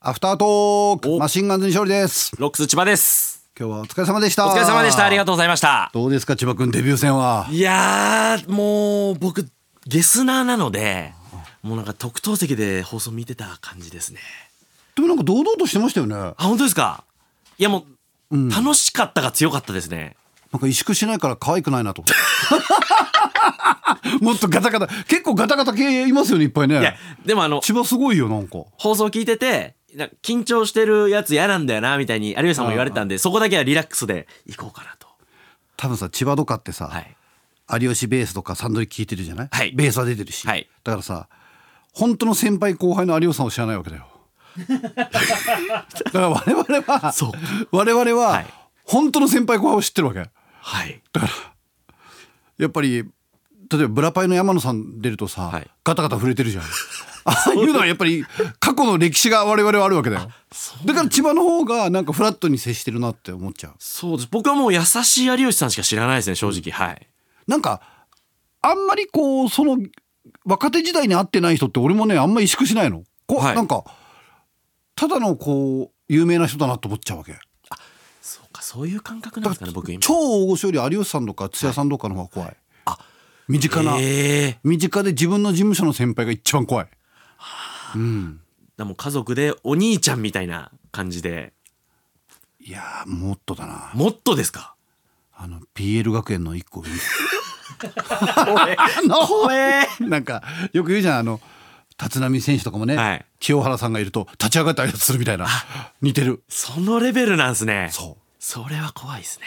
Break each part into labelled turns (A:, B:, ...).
A: アフタートークマシンガンズに勝利です
B: ロックス千葉です。
A: 今日はお疲れ様でした
B: お疲れ様でした。ありがとうございました。
A: どうですか千葉君デビュー戦はい
B: やー、もう僕、ゲスナーなので、もうなんか特等席で放送見てた感じですね。
A: でもなんか堂々としてましたよねなん
B: あ、本当ですかいやもう、楽しかったが強かったですね。
A: か萎縮しないから可愛くない なともっとガタガタ結構ガタガタ系いますよねいっぱい
B: いや
A: ね、
B: でもあの、
A: 千葉すごいよなんか
B: 放送聞いてて、なんか緊張してるやつ嫌なんだよな、みたいに有吉さんも言われてたんで、そこだけはリラックスで行こうかなと。
A: 多分さ千葉とかってさ、
B: はい。
A: 有吉ベースとかサンドリ聞いてるじゃない、
B: はい
A: ベースは出てるし、
B: はい
A: だからさ本当の先輩後輩の有吉さんを知らないわけだ よだから我々は
B: そう
A: 我々は、
B: はい
A: 本当の先輩後輩を知ってるわけ
B: はい。
A: やっぱり例えばブラパイの山野さん出るとさ、
B: はい
A: ガタガタ触れてるじゃん ああいうのはやっぱり過去の歴史が我々はあるわけだよだから千葉の方がなんかフラットに接してるなって思っちゃう
B: そうです。僕はもう優しい有吉さんしか知らないですね、正直。はい。
A: なんかあんまりこうその若手時代に会ってない人って俺もねあんまり萎縮しないのこう、
B: はい
A: なんかただのこう有名な人だなと思っちゃうわけだ
B: そうか、そういう感覚なん
A: か
B: ですかね、僕
A: ら
B: 今。
A: 超大御所より有吉さんとか土屋さんとかの方が怖い、
B: あ
A: 身近な、
B: ええ
A: 身近で自分の事務所の先輩が一番怖い
B: だからもう家族でお兄ちゃんみたいな感じで
A: いやーもっとだな
B: もっとですか
A: あの PL 学園の一個 上
B: 俺怖え
A: なんかよく言うじゃんあの立浪選手とかもね、
B: はい
A: 清原さんがいると立ち上がって挨拶するみたいな似てる
B: そのレベルなんですね
A: そう
B: それは怖いですね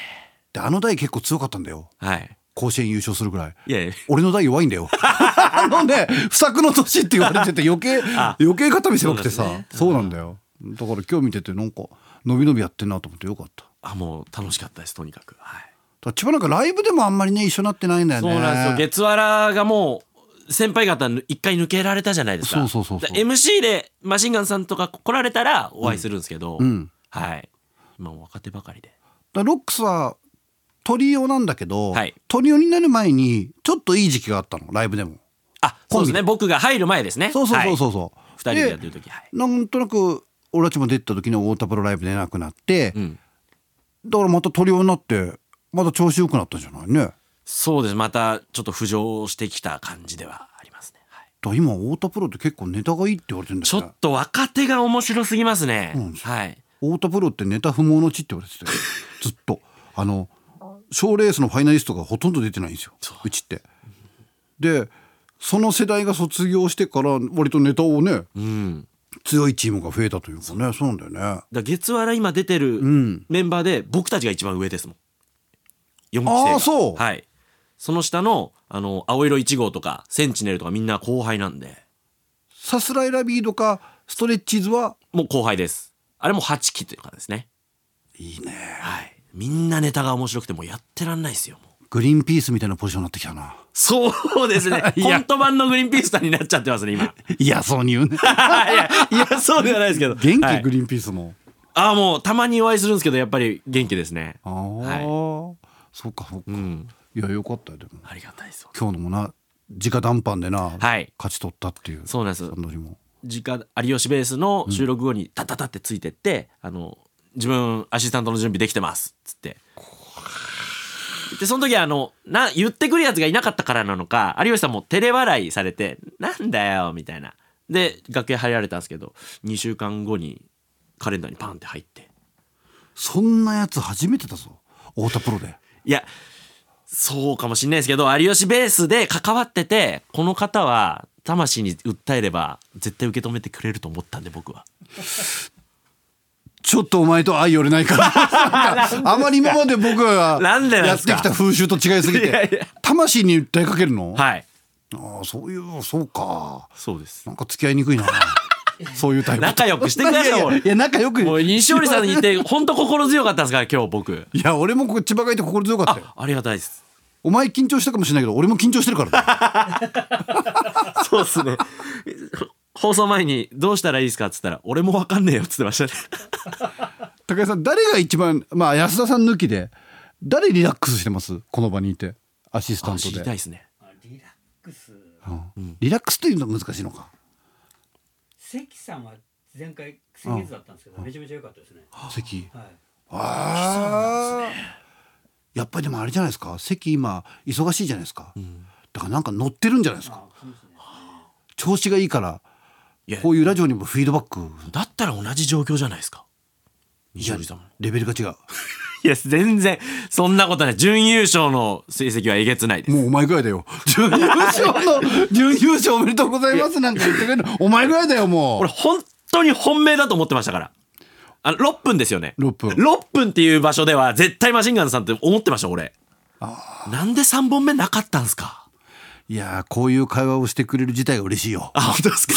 A: であの代結構強かったんだよ
B: はい
A: 甲子園優勝するぐらい
B: いやいや
A: 俺の代弱いんだよ あのね不作の年って言われてて余計
B: あ
A: 余計肩身狭くてさ
B: そ
A: そうう,、
B: なんで
A: なんだよだから今日見ててなんか伸び伸びやってんなと思ってよかっただか
B: あもう楽しかったですとにかく、はい
A: ら千葉なんかライブでもあんまりね一緒になってないんだよ
B: そ
A: ね
B: うなんですよ月わらがもう先輩方の一回抜けられたじゃないですか
A: そうそうそうそう
B: だから MC でマシンガンさんとか来られたらお会いするんですけど、
A: うん
B: はい今もう若手ばかりで
A: だからロックスはトリオなんだけど、
B: はい
A: トリオになる前にちょっといい時期があったのライブでも
B: あそう
A: コ
B: です
A: ンビで
B: ね僕が入る前ですね
A: そうそうそう
B: は
A: そうそう、
B: い、2人でやってる時はい、
A: なんとなく俺たちも出てた時に太田プロライブ出なくなって、
B: うん、
A: だからまたトリオになってまた調子良くなったんじゃないねだか
B: そうですまたちょっと浮上してきた感じではありますね、はい
A: ら今太田プロって結構ネタがいいって言われてるんだ
B: ちょ
A: よね
B: っと若手が面白すぎますね、
A: そうなんです
B: はい
A: 太田プロってネタ不毛の地って言われて たよずっとあの賞レースのファイナリストがほとんど出てないんですようちってでその世代が卒業してから割とネタをね
B: うん
A: 強いチームが増えたというかねそうなんだよね
B: だから月わら今出てる
A: ん
B: メンバーで僕たちが一番上ですもん4期生
A: あ
B: が
A: ーそう
B: はいその下のあの青色1号とかセンチネルとかみんな後輩なんで
A: さすらいラビーとかストレッチーズは
B: もう後輩ですあれも8期というかですね
A: いいね
B: はいみんなネタが面白くてもうやってらんないですよもう
A: グリーンピースみたいなポジションになってきたな
B: そうですね
A: い
B: コ
A: や
B: ント版のグリーンピースさんになっちゃってますね今
A: いやそうに言うね
B: いやいやそうではないですけ ど
A: 元気、
B: はい
A: グリーンピースも
B: ああもうたまにお会いするんですけどやっぱり元気ですね
A: ああ、
B: は
A: そうかそうか、
B: い、うん
A: いやよかったよでも
B: ありがたいです
A: 今日のもな直談判でな、
B: はい
A: 勝ち取ったっていう
B: そうなんです
A: サンドリも
B: 直有吉ベースの収録後にタタタってついてって、あの自分アシスタントの準備できてますっつってでその時あのな言ってくるやつがいなかったからなのか有吉さんも照れ笑いされて「なんだよ」みたいなで楽屋入られたんですけど2週間後にカレンダーにパンって入って
A: そんなやつ初めてだぞ太田プロで
B: いや、そうかもしんないですけど、有吉ベースで関わってて、この方は魂に訴えれば絶対受け止めてくれると思ったんで僕は。
A: ちょっとお前と相寄れ ないからなんかあまり今まで僕が
B: なんでな
A: や
B: ん
A: っ
B: す
A: て
B: か
A: きた風習と違いすぎて
B: いやいや
A: 魂に訴えかけるの、
B: はい。
A: ああそういうそうか
B: そうです。
A: なんか付き合いにく いなそういうタイプと
B: 仲良くしてください
A: やや
B: 俺
A: いや仲良く
B: もう西織さんに言 って、ほんと心強かったですから、今日僕。
A: いや俺もこう千葉がいて心強かったよ
B: あ、ありがたいです。
A: お前緊張したかもしれないけど俺も緊張してるからだ
B: そうですね。 放送前にどうしたらいいですかっつったら、俺もわかんねえよっつってましたね。
A: 高井さん誰が一番まあ安田さん抜きで誰リラックスしてますこの場にいてアシスタント
B: 知り
A: で
B: たいですね。
C: リラックス
A: うんリラックスというのが難しいのか
C: 関さんは前回先月だったんですけど、めちゃめちゃ良かったですね。
A: 席
C: はい。
A: ああ、やっぱりでもあれじゃないですか席今忙しいじゃないですか、だからなんか乗ってるんじゃないですか
C: あ、そうですね。
A: 調子がいいから
B: いや
A: こういうラジオにもフィードバック
B: だったら同じ状況じゃないですか
A: い
B: 西
A: や
B: 堀さんも
A: レベルが違う
B: いや全然そんなことない準優勝の成績はえげつないです
A: もうお前ぐらいだよ準優勝の準優勝おめでとうございますなんか言ってくれるのお前ぐらいだよも
B: 俺本当に本命だと思ってましたからあの6分ですよね
A: 6分
B: 6分っていう場所では絶対マシンガンさんって思ってました俺なんで3本目なかったんすか
A: ういやーこういう会話をしてくれる自体が嬉しいよ
B: あ本当ですか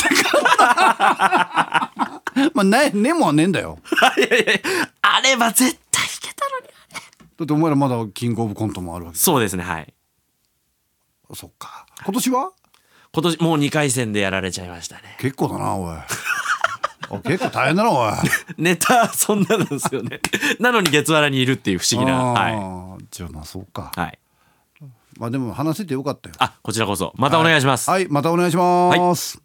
A: まあないねもはねえんだよ
B: いやいや あれば絶対いけたのに
A: だってお前らまだキングオブコントもあるわけ
B: そうですねはい
A: そっか今年は
B: 今年もう2回戦でやられちゃいましたね
A: 結構だなおいお結構大変だなおい
B: ネタそんななんですよ ねなのに月原にいるっていう不思議なは
A: あーじゃあまあそうか、
B: い、はい、
A: まあでも話せてよかったよ
B: あこちらこそまたお願いします、
A: はいまたお願いします、